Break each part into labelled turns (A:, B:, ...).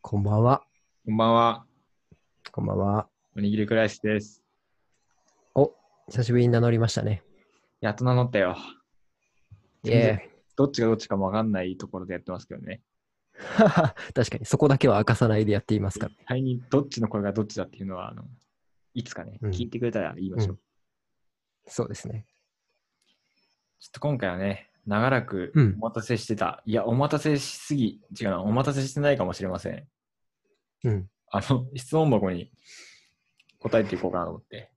A: こんばんは。
B: こんばんは。
A: こんばんは。
B: おにぎりクライスです。
A: 久しぶりに名乗りましたね。
B: やっと名乗ったよ。
A: イエ
B: どっちがどっちかもわかんないところでやってますけどね。
A: ー イ。確かに、そこだけは明かさないでやっていますから。
B: 絶対にどっちの声がどっちだっていうのは、あのいつかね、
A: うん
B: 聞いてくれたら言いましょう。
A: うんそうですね。
B: ちょっと今回はね、長らく
A: うん
B: お待たせしてた。いや、お待たせしすぎ、違うな、お待たせしてないかもしれません。
A: うん。
B: あの、質問箱に答えていこうかなと思って。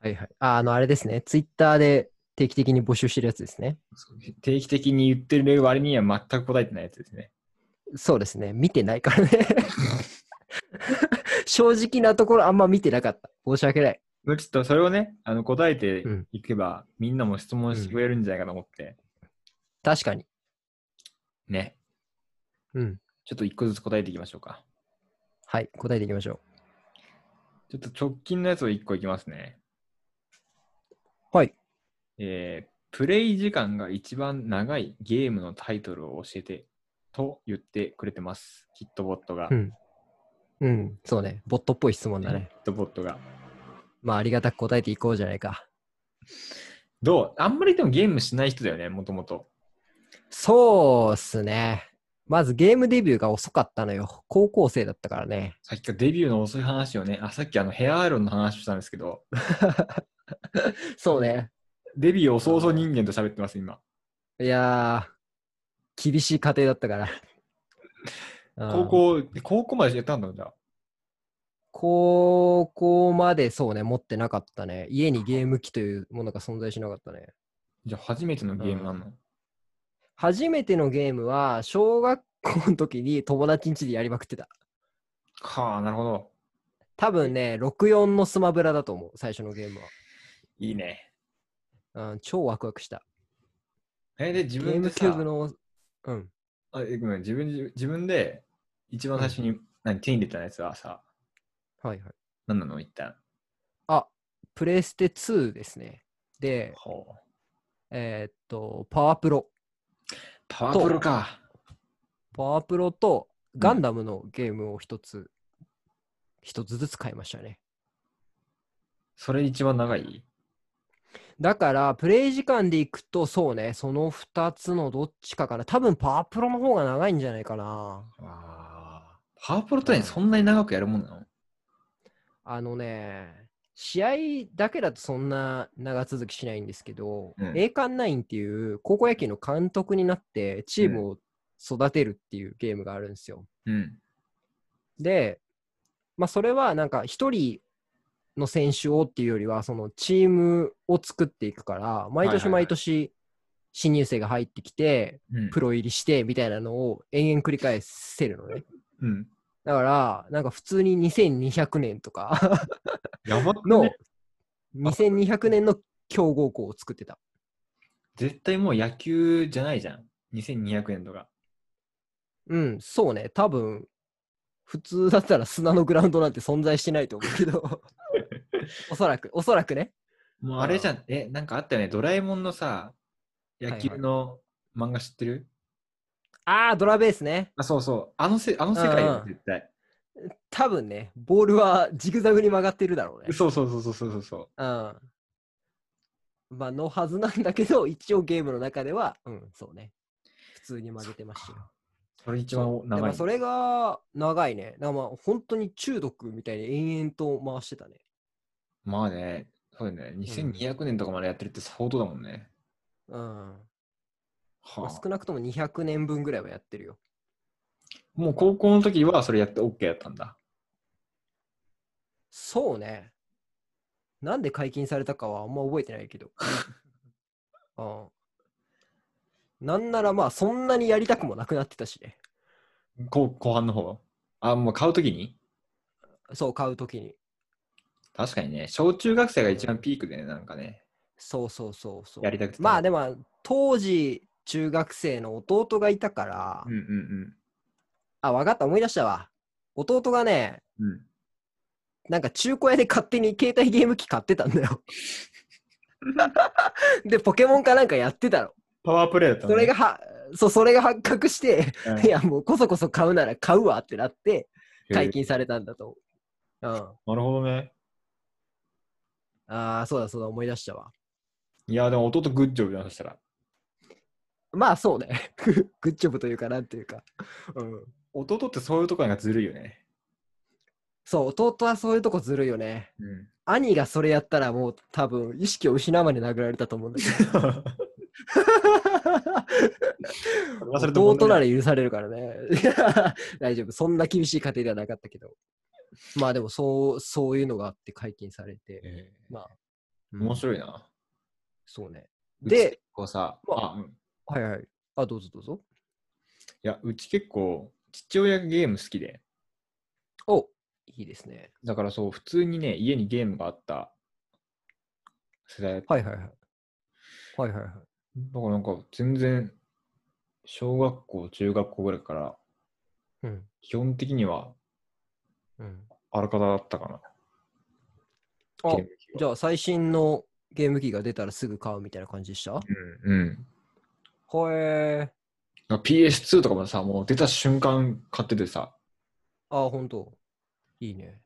A: はいはい。あ、あの、あれですね。ツイッターで定期的に募集してるやつですね。
B: 定期的に言ってる割には全く答えてないやつですね。
A: そうですね。見てないからね。 正直なところあんま見てなかった。申し訳ない。
B: ちょっとそれをね、あの答えて
A: うん
B: いけば、みんなも質問してくれるんじゃないかと思って、
A: 確かに。
B: ね、
A: うん。
B: ちょっと一個ずつ答えていきましょうか。
A: はい。答えていきましょ
B: ちょっと直近のやつを一個いきますね。
A: う。はい。
B: えー、プレイ時間が一番長いゲームのタイトルを教えてと言ってくれてます。キットボットが。
A: うん。うん。そうね。ボットっぽい質問だね。
B: キットボットが。
A: まあ、ありがたく答えていこうじゃないか。
B: どうあんまりでもゲームしない人だよね、もともと。
A: そうっすね。まずゲームデビューが遅かったのよ。高校生だったからね。
B: さっきからデビューの遅い話をね、あさっきあのヘアアイロンの話をしたんですけど、
A: そうね。
B: デビュー遅々人間と喋ってます、今。
A: いやー、厳しい家庭だったから。うん
B: 高校、高校までやったんだもんじゃあ
A: 高校までそうね、持ってなかったね。家にゲーム機というものが存在しなかったね。
B: じゃあ初めてのゲームなの、
A: 初めてのゲームは、小学校の時に 友達ん家でやりまくってた。
B: はあ、なるほど。
A: 多分ね、64のスマブラだと思う、最初のゲーム
B: いいね。
A: は。うん、超ワクワクした。
B: え、で、自
A: ゲ
B: 分
A: ー
B: で
A: ム
B: さ
A: キューブの、うん。
B: あえごめん自分、自分で一番最初に、何手に入れたやつはさ、
A: はいはい。
B: 何なの一旦。
A: プレステ2ですね。で、
B: ほう
A: えーっと、パワープロ。
B: パワープロか。
A: パワープロとガンダムのゲームを一つ、一、つずつ買いましたね。
B: それ一番長い
A: だから、プレイ時間でいくと、そうね、その2つのどっちかかな。多分、パワープロの方が長いんじゃないかな。
B: あーパワープロって何そんなに長くやるもんなの
A: あのね、試合だけだとそんな長続きしないんですけど、
B: うん
A: 栄冠ナインっていう高校野球の監督になってチームを育てるっていうゲームがあるんですよ。
B: うん。
A: で、まあ、それはなんか一人の選手をっていうよりはそのチームを作っていくから毎
B: はいはいは
A: 年
B: い
A: 毎年新入生が入ってきて
B: うん
A: プロ入りしてみたいなのを延々繰り返せるのね
B: うん。
A: だからなんか普通に2200年とか
B: やば くね
A: の2200年の強豪校を作ってた
B: 絶対もう野球じゃないじゃん。2200円とか。
A: うんそうね多分普通だったら砂のグラウンドなんて存在してないと思うけ どおそらくおそらくね
B: もうあれじゃん。え、なんかあったよね。ドラえもんのさ、野球の漫画知ってる、
A: ああドラベースね
B: あ、そうそう。あのせあの世界
A: うん
B: よ
A: う、ん
B: 絶対。
A: 多分ね、ボールはジグザグに曲がってるだろうね。
B: そうそうそうそうそうそう。
A: うん。まあ、のはずなんだけど、 一応ゲームの中では、うん、そうね。普通に曲げてましたよ。
B: それ一
A: そ
B: 番
A: うだか
B: 長い
A: らそれが長いね。だからまあ本当に中毒みたいに延々と回してたね。
B: まあね、そうだよね。2200年とかまでやってるって相当だもんね。
A: うん。ま
B: は
A: あ
B: あ
A: 少なくとも200年分ぐらいはやってるよ。
B: もう高校の時はそれやって OK だったんだ。
A: そうね。なんで解禁されたかはあんま覚えてないけ ど。うん。なんならまあそんなにやりたくもなくなってたしね。
B: 後後半の方あ、もう買う時に
A: そう、買うときに。
B: 確かにね、小中学生が一番ピークでね、なんかね。
A: そうそうそうそう。
B: やりたくて
A: まあでも、当時、中学生の弟がいたから、
B: うんうん
A: あ、わかった、思い出したわ。弟がね、
B: うん。うん、
A: なんか中古屋で勝手に携帯ゲーム機買ってたんだよ。 で、ポケモンかなんかやってたの。
B: パワープレイだった
A: そ
B: のね
A: れがは、そう、それが発覚して、
B: はい
A: いや、もうこそこそ買うなら買うわってなって、解
B: へ
A: 禁されたんだと思う。うん。
B: えなるほどね。
A: ああ、そうだそうだ、思い出したわ。
B: いや、でも弟グッジョブじゃん、そしたら。
A: まあそうね。 グッジョブというか、なんていうか。うん。
B: 弟ってそういうとこがずるいよね。
A: そう、弟はそういうとこずるいよね。
B: うん。
A: 兄がそれやったらもう多分意識を失うまで殴られたと思うんだ けど。弟なら許されるからね。 いや大丈夫。そんな厳しい家庭ではなかったけど。まあでもそう、そういうのがあって解禁されて。
B: ええ
A: まあ。うん
B: 面白いな。
A: そうね。
B: うち
A: で
B: 結、構さ、
A: まあ
B: あ、うんい
A: はいはい。あ、どうぞどうぞ。
B: や、うち結構、父親がゲーム好きで、
A: おいいですね。
B: だからそう、普通にね、家にゲームがあった世代だった。
A: はいはいはい。はいはいはい。
B: だからなんか、全然、小学校、中学校ぐらいから、
A: うん。
B: 基本的には、
A: うん、
B: あらかただったかな。
A: あ
B: ゲーム機は
A: じゃあ最新のゲーム機が出たらすぐ買うみたいな感じでしたへ
B: うん。うん
A: え。
B: なんか PS2 とかもさ、もう出た瞬間買っててさ、
A: あ、ほんと。いいね。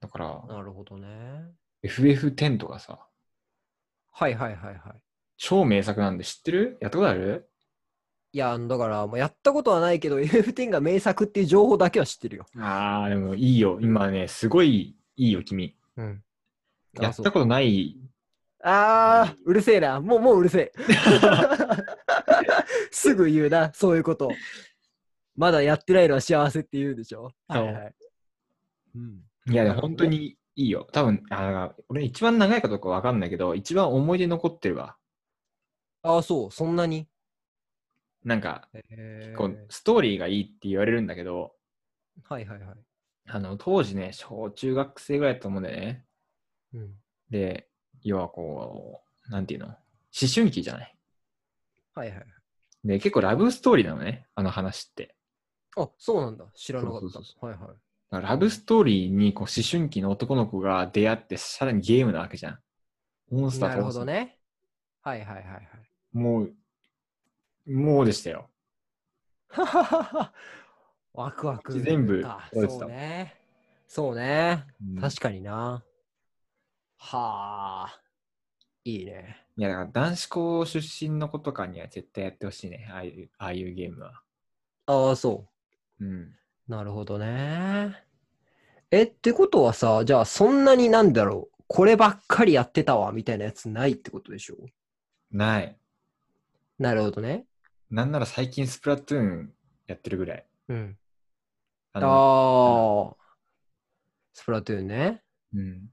B: だから、
A: なるほどね。
B: FF10 とかさ、
A: はいはいはいはい。
B: 超名作なんで知ってるやったことある
A: いや、あのだから、もうやったことはないけど、FF10 が名作っていう情報だけは知ってるよ。
B: ああ、でもいいよ。今ね、すごいいいよ、君。
A: うん。あ
B: やっ
A: そ
B: た
A: う
B: ことない。
A: あー、うるせえな。もう、もううる せえ。すぐ言うな、そういうこと。まだやってないのは幸せって言うでしょ。
B: そう
A: い。うん。
B: いや、でも本当にいいよ。多分、あー俺一番長いかどうかわかんないけど、一番思い出残ってるわ。
A: ああ、そう、そんなに。
B: なんか、
A: え
B: 結構ストーリーがいいって言われるんだけど、
A: はいはいはい。
B: あの、当時ね、小中学生ぐらいだと思うんだよね。
A: うん。
B: で、要はこう、なんていうの思春期じゃない。
A: はいはいはい。
B: で、結構ラブストーリーなのね、あの話って。
A: あ、そうなんだ。知らなかった。
B: そうそうそ
A: はいはい。
B: だからラブストーリーにこう思春期の男の子が出会って、さらにゲームなわけじゃん。モンスター
A: な
B: と
A: る
B: モ
A: ほ
B: ンスタ
A: ど
B: ー
A: ね。はいはいはいはい。
B: もう、もうでしたよ。
A: ワクワク。
B: 全部
A: あ
B: 覚えてた
A: そうね。そうね。確
B: か
A: かにな。はあ。いいね。
B: いや、だから男子校出身の子とかには絶対やってほしいね。ああいう、ああいうゲームは。
A: ああ、そ
B: うん。
A: う。なるほどね。え、ってことはさ、じゃあそんなになんだろう。こればっかりやってたわ、みたいなやつないってことでしょ
B: ない。
A: なるほどね。
B: なんなら最近スプラトゥーンやってるぐらい。
A: うん。
B: あの
A: ああ。スプラトゥーンね。
B: うん。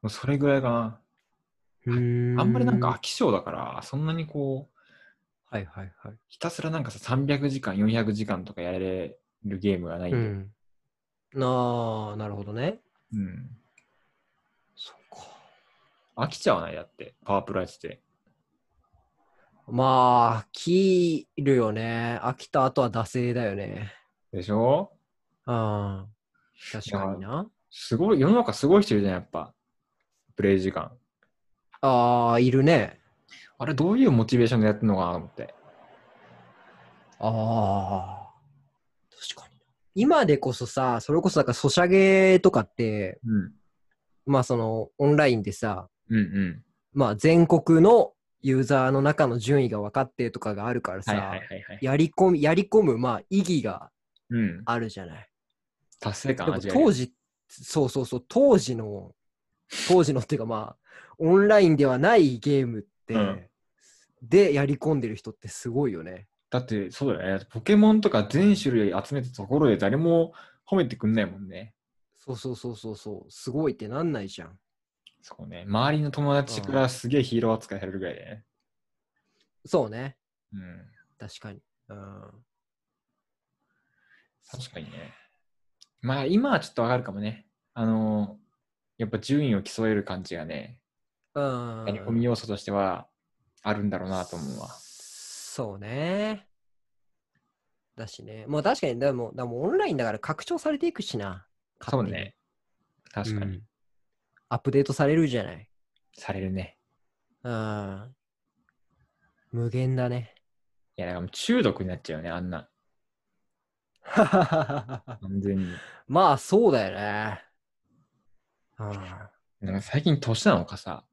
B: もうそれぐらいかな。
A: あ
B: あん
A: ん
B: まりなんか飽き性だから、そんなにこう、
A: はいはいはい。
B: ひたすらなんかさ、300時間、400時間とかやれるゲームがないん
A: う
B: で。
A: ん。ああ、なるほどね。
B: うん
A: そうか。
B: 飽きちゃわないだって、パワープロやってて。
A: まあ、飽きるよね。飽きた後は惰性だよね。
B: でしょ
A: うん。確かにな。
B: すごい、世の中すごい人いるじゃん、やっぱ。プレイ時間。
A: ああ、いるね。
B: あれ、どういうモチベーションでやってるのかなと思って。
A: ああ。確かに。今でこそさ、それこそなんかソシャゲとかって、
B: うん。
A: まあそのオンラインでさ、
B: うんうん。
A: まあ全国のユーザーの中の順位が分かってとかがあるからさ、
B: はいはいはいはい。
A: やり込み、やり込む、まあ意義が
B: うん。
A: あるじゃない。
B: 達成
A: で
B: 感
A: も
B: 味わえる
A: 当時、そうそうそう、当時の、当時のっていうかまあ、オンラインではないゲームって、
B: うん
A: でやり込んでる人ってすごいよね。
B: だって、そうだよね。ポケモンとか全種類集めたところで誰も褒めてくんないもんね。
A: そうそうそうそうそう、すごいってなんないじゃん。
B: そうね。周りの友達からすげえヒーロー扱いされるぐらいでね。
A: そうね、
B: うん。
A: 確かに。うん。
B: 確かにね。まあ、今はちょっとわかるかもね。あのーやっぱ順位を競える感じがね、
A: うん。
B: やり込み要素としてはあるんだろうなと思うわ。
A: そうね。だしね。まあ確かに、でも、でもオンラインだから拡張されていくしな。
B: そう
A: 勝手に
B: ね。。確かに。
A: うんアップデートされるじゃない。
B: されるね。
A: うん。無限だね。
B: いや、だからもう中毒になっちゃうよね、あんな。完全に。
A: まあ、そうだよね。うん
B: なんか最近年なのかさ。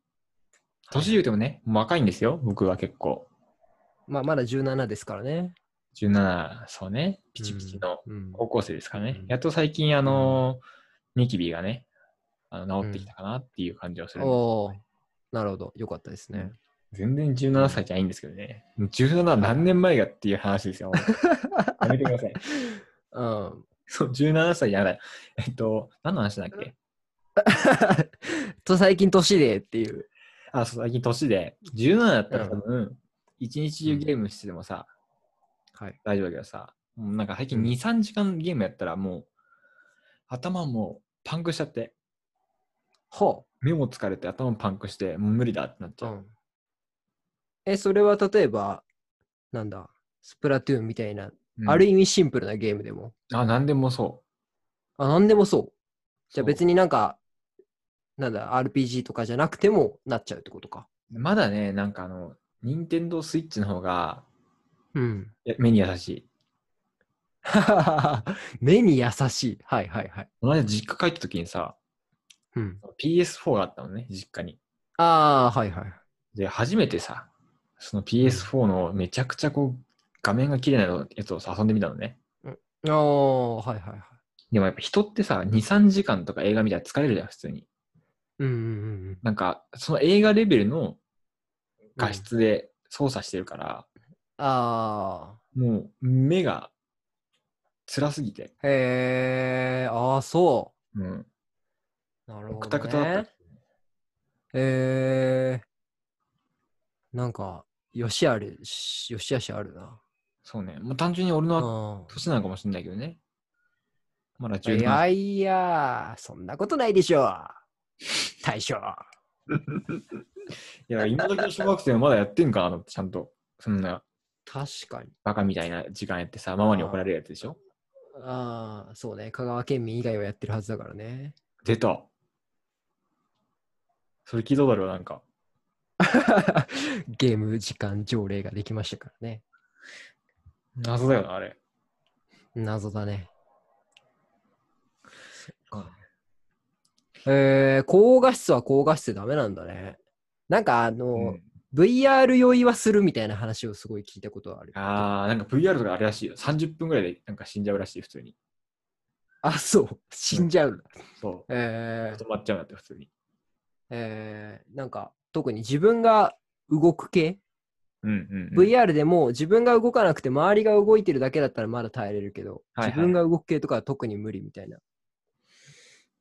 B: 年言うてもね、もう若いんですよ、僕は結構。
A: まあ、まだ17ですからね。
B: 17、そうね、ピチピチの
A: うん。
B: 高校生ですかね。
A: うん
B: やっと最近、あのーニキビがね、あの治ってきたかなっていう感じはするんです
A: おおーなるほど。よかったですね。
B: 全然17歳じゃないんですけどね。17何年前がっていう話で すよ。やめてください。
A: うん。
B: そう、17歳じゃない。えっと、何の話だっけ
A: と、最近年でっていう。
B: あ、そう、最近年で。17だったら多分、一日中ゲームしててもさ、
A: はい。
B: 大丈夫だけどさ、もうなんか最近
A: うん
B: 2、3時間ゲームやったらもう、頭もうパンクしちゃって、
A: ほ
B: 目も疲れて頭もパンクして、もう無理だってなっち
A: う。う
B: ゃう。
A: ん。え、それは例えば、なんだ、スプラトゥーンみたいな、
B: うん
A: ある意味シンプルなゲームでも。
B: あ、なんでもそ
A: あ、なんでもそう。じゃあ別
B: に。
A: になんか、なんだ、RPG とかじゃなくてもなっちゃうってことか。
B: まだね、なんかあの、任天堂スイッチの方が、
A: うん。
B: いや目に優しい。
A: 目に優しい。はいはいはい。
B: この間実家帰った時にさ、
A: うん。
B: PS4 があったのね、実家に。
A: ああ、はいはい。
B: で、初めてさ、その PS4 のめちゃくちゃこう、画面が綺麗なやつをさ遊んでみたのね。
A: ああ、はいはいはい。
B: でもやっぱ人ってさ、2、3時間とか映画見たら疲れるじゃん、普通に。
A: うんうんうんうん。
B: なんか、その映画レベルの画質で操作してるから、
A: あ
B: もう目が辛すぎて、
A: あ、へえ、ああ、そ
B: うん、
A: う。なるほ
B: く
A: ど、
B: た
A: ね。
B: くただっ
A: へ
B: た。
A: え。なんか、よしあるし、よしあしあるな。
B: そうね。まあ、単純に俺
A: うん。
B: の年なのかもしれないけどね。まだ
A: い
B: 17
A: やいや、そんなことないでしょ。大将。
B: いや、今時の小学生はまだやってんかなと思って、ちゃんと。そんな、
A: 確かに。
B: バカみたいな時間やってさ、ママに怒られるやつでしょ
A: ああ、そうね。香川県民以外はやってるはずだからね。
B: 出た。それ聞いただろう、なんか。
A: ゲーム時間条例ができましたからね。
B: 謎だよな、あれ。
A: 謎だね。えー、高画質は高画質でダメなんだね。なんかあ
B: う
A: の、
B: ん
A: VR 酔いはするみたいな話をすごい聞いたことはある。
B: あー、なんか VR とかあれらしいよ。30分ぐらいでなんか死んじゃうらしい、普通に。
A: あ、そう。死んじゃう。
B: そ
A: え
B: う。
A: ー
B: 止まっちゃうんだって、普通に。
A: えーなんか特に自分が動く系、
B: うんうん、うん。
A: VR でも自分が動かなくて周りが動いてるだけだったらまだ耐えれるけど、
B: はいはい
A: 自分が動く系とかは特に無理みたいな。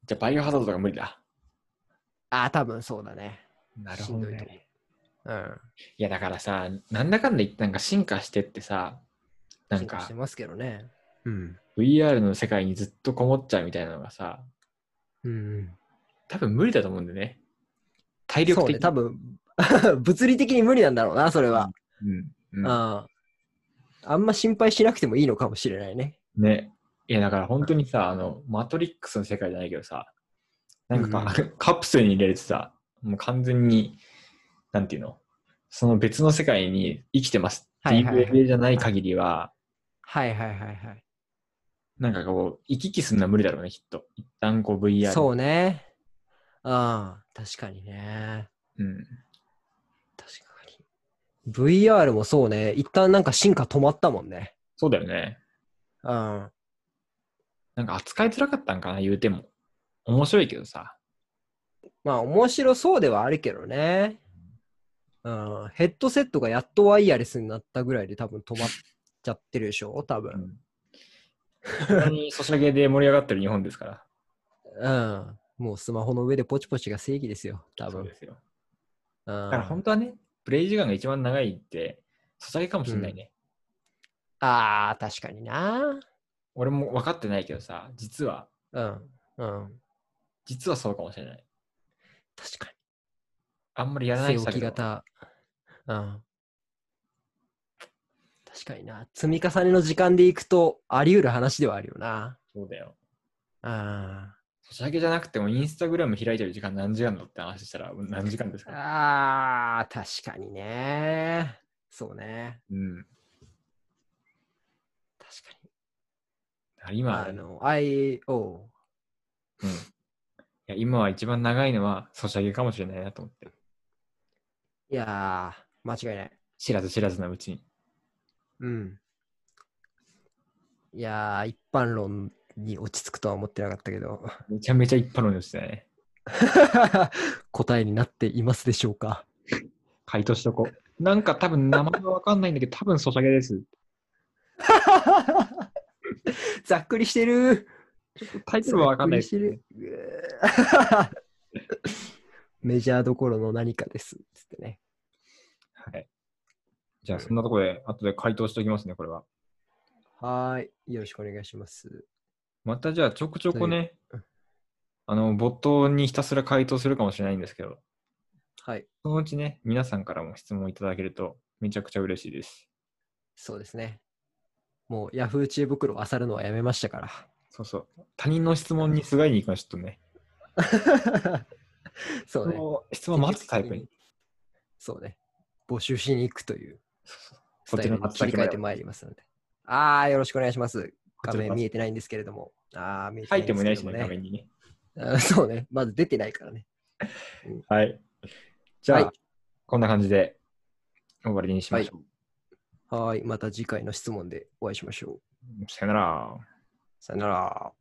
B: じゃあ、バイオハザードとか無理だ。
A: ああ、多分そうだね。
B: な
A: るほどねしんどいうん。
B: いや、だからさ、なんだかんだ言って、なんか進化してってさ、なん
A: 進化し
B: か
A: てますけどね。うん。
B: VR の世界にずっとこもっちゃうみたいなのがさ、
A: うん。
B: 多分無理だと思うんだよね。体力
A: そう
B: 的
A: ね、多分 物理的に無理なんだろうな、それは。
B: うん、うん
A: ああんま心配しなくてもいいのかもしれないね。
B: ね。いや、だから本当にさ、あの、マトリックスの世界じゃないけどさ、なんかか カプセルに入れるとさ、もう完全に、なんていうの、その別の世界に生きてますってい
A: はいは
B: う
A: い
B: レベルじゃない限りは、
A: はいはいはいはい。
B: なんかこう、行き来するのは無理だろうね、きっと。一旦こう VR。
A: そうね。ああ、確かにね。
B: うん。
A: 確かに。VR もそうね。一旦なんか進化止まったもんね。
B: そうだよね。
A: うん。
B: なんか扱いづらかったんかな、言うても。面白いけどさ。
A: まあ面白そうではあるけどね。うん。ヘッドセットがやっとワイヤレスになったぐらいで多分止まっちゃってるでしょ多
B: う
A: 分。
B: ん。こんなにソシャゲで盛り上がってる日本ですから。
A: うん。もうスマホの上でポチポチが正義ですよ。多
B: そう
A: 分。
B: ですよ。
A: う
B: だから本
A: ん。
B: 当はね、プレイ時間が一番長いって、ソシャゲかもしれないね。
A: ああ、確かにな。
B: 俺も分かってないけどさ、実は、
A: うん。うん。
B: 実はそうかもしれない。
A: 確か
B: あんまりやら
A: に。
B: ない
A: 正
B: 人
A: 置
B: だ
A: き
B: けど
A: 型。うん。確かにな。積み重ねの時間でいくと、あり得る話ではあるよな。
B: そうだよ。
A: あ
B: ソシャゲじゃなくても、インスタグラム開いてる時間何時間だって話したら、何時間ですか
A: あー、確かにね。そうね。
B: うん。
A: 確かに。
B: 今、
A: あの、IO。
B: うん、いや今は一番長いのはソシャゲかもしれないなと思って。
A: いやー、間違いない。
B: 知らず知らずのうちに。
A: うん。いやー、一般論に落ち着くとは思ってなかったけど、
B: めちゃめちゃ一般論でしたね。
A: 答えになっていますでしょうか。
B: 回答しとこう。なんか多分名前はわかんないんだけど、多分ソシャゲです。
A: ざっくりしてる。
B: タイトルはわかんないで
A: ざ
B: す、
A: っくり
B: ね。
A: してる。うー メジャーどころの何かです。つってね。
B: はい。じゃあそんなところで、後で回答しておきますね、これは。
A: はーい。よろしくお願いします。
B: またじゃあちょこちょこね、あの、冒頭にひたすら回答するかもしれないんですけど、
A: はい。
B: そのうちね、皆さんからも質問いただけると、めちゃくちゃ嬉しいです。
A: そうですね。もう Yahoo 知恵袋を漁るのはやめましたから。
B: そうそう。他人の質問にすがいに行くのはちょっとね、
A: そうね。
B: その質問待つタイプに。。
A: そうね。募集しに行くというス
B: そ
A: タイ
B: っち
A: ル
B: の
A: に切り替えてまいりますので。ああ、よろしくお願いします。画面見え
B: え
A: てないんですけれども。ああ、見えて
B: 書
A: ないいんで
B: ても
A: す
B: い
A: け
B: な
A: れどもね。
B: いしね、画面にね。
A: あ そうね。まず出てないからね。
B: はい。じゃあ、
A: はい
B: こんな感じで終わりにしましょう。
A: はーい。また次回の質問でお会いしましょう。
B: さよなら。
A: さよなら。